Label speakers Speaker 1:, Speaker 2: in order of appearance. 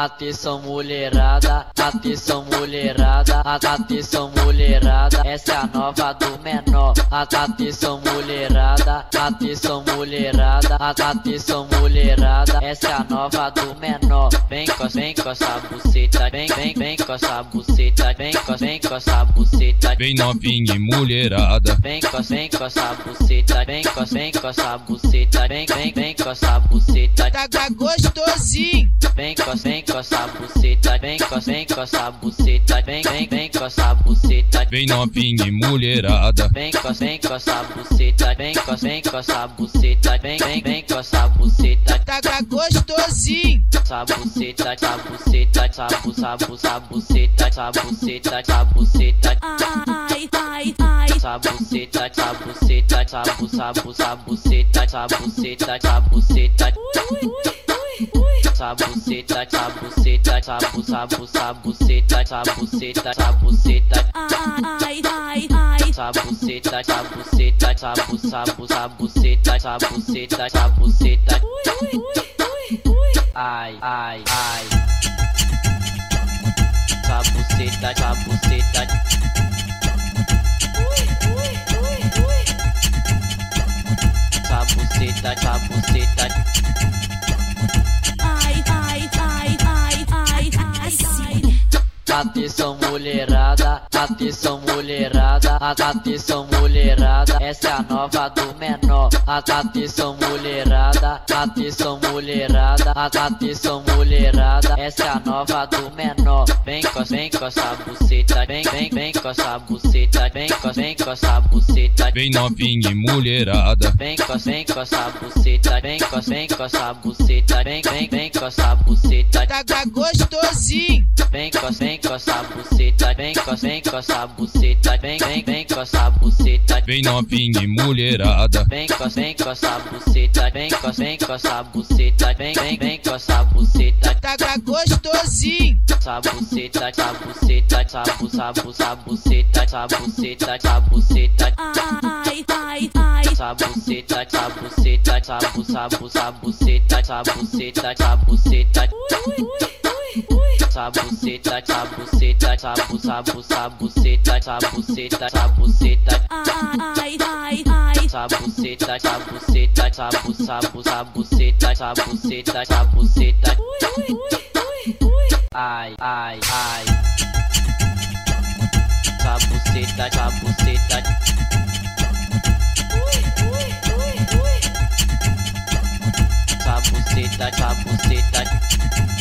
Speaker 1: Atenção mulherada, atenção mulherada, atenção mulherada, essa é a nova do menor. Atenção mulherada, atenção mulherada, atenção mulherada, essa é a nova do menor. Vem com, vem com essa buceta, vem, vem, vem com essa buceta, vem com, vem com essa buceta.
Speaker 2: Vem novinha e mulherada.
Speaker 1: Vem com, vem com essa buceta, vem com, vem com essa buceta, vem, vem, vem com essa buceta.
Speaker 3: Tá, tá gostosinho.
Speaker 1: Vem com, vem com essa buceta, vem com, vem com essa buceta, vem, vem, vem com essa buceta.
Speaker 2: Vem novinha e mulherada.
Speaker 1: Vem com, vem com essa buceta, vem com, vem com essa buceta, vem, vem, vem com essa buceta.
Speaker 3: Tá, tá gostosinho.
Speaker 1: Essa buceta, essa buceta, essa bu, essa bu, essa buceta, essa buceta, essa buceta.
Speaker 4: Ai, ai, ai.
Speaker 1: Essa buceta, essa buceta, essa bu, essa bu, essa buceta, essa buceta, essa buceta.
Speaker 4: Ui, ui, ui, ui.
Speaker 1: Essa buceta, essa buceta, essa bu, essa bu, essa buceta, essa buceta, essa buceta.
Speaker 4: Ai, ai, ai.
Speaker 1: Essa buceta, essa buceta, essa bu, essa bu, essa buceta, essa buceta, essa buceta.
Speaker 4: Ui, ui, ui, ui, ui.
Speaker 1: Ai, ai, ai. Essa buceta, essa buceta.
Speaker 4: Ui, ui, ui, ui.
Speaker 1: Essa buceta, essa buceta.
Speaker 4: Ai, ai, ai, ai, ai, ai, assim.
Speaker 1: Atenção mulherada, atenção mulherada, atenção mulherada, essa é a nova do menor. Atenção mulherada, atenção mulherada, atenção mulherada, essa é a nova do menor. Vem com, vem com essa buceta, vem, vem, vem com essa buceta, vem com, vem com essa buceta.
Speaker 2: Vem novinha e mulherada.
Speaker 1: Vem com, vem com essa buceta, vem com, vem com essa buceta, vem, vem, vem com essa buceta.
Speaker 3: Tá, tá gostosinho.
Speaker 1: Vem com, vem com essa buceta, vem com, vem com essa buceta, vem, vem, vem com essa buceta.
Speaker 2: Vem novinha e mulherada.
Speaker 1: Vem com, vem com essa buceta, vem com, vem com essa buceta, vem, vem, vem com essa buceta.
Speaker 3: Tá, tá gostosinho.
Speaker 1: Essa buceta, essa buceta, essa bu, essa bu, essa buceta, essa buceta, essa buceta.
Speaker 4: Ai, ai, ai.
Speaker 1: Essa buceta, essa buceta, essa bu, essa bu, essa buceta, essa buceta, essa buceta.
Speaker 4: Ui, ui, ui, ui, ui.
Speaker 1: Essa buceta, essa buceta, essa bu, essa bu, essa buceta, essa buceta, essa buceta.
Speaker 4: Ai, ai, ai.
Speaker 1: Essa buceta, essa buceta, essa bu, essa bu, essa buceta, essa buceta, essa buceta.
Speaker 4: Ui, ui, ui, ui, ui.
Speaker 1: Ai, ai, ai. Essa buceta, essa buceta.
Speaker 4: Ui, ui, ui, ui.
Speaker 1: Essa buceta, essa buceta.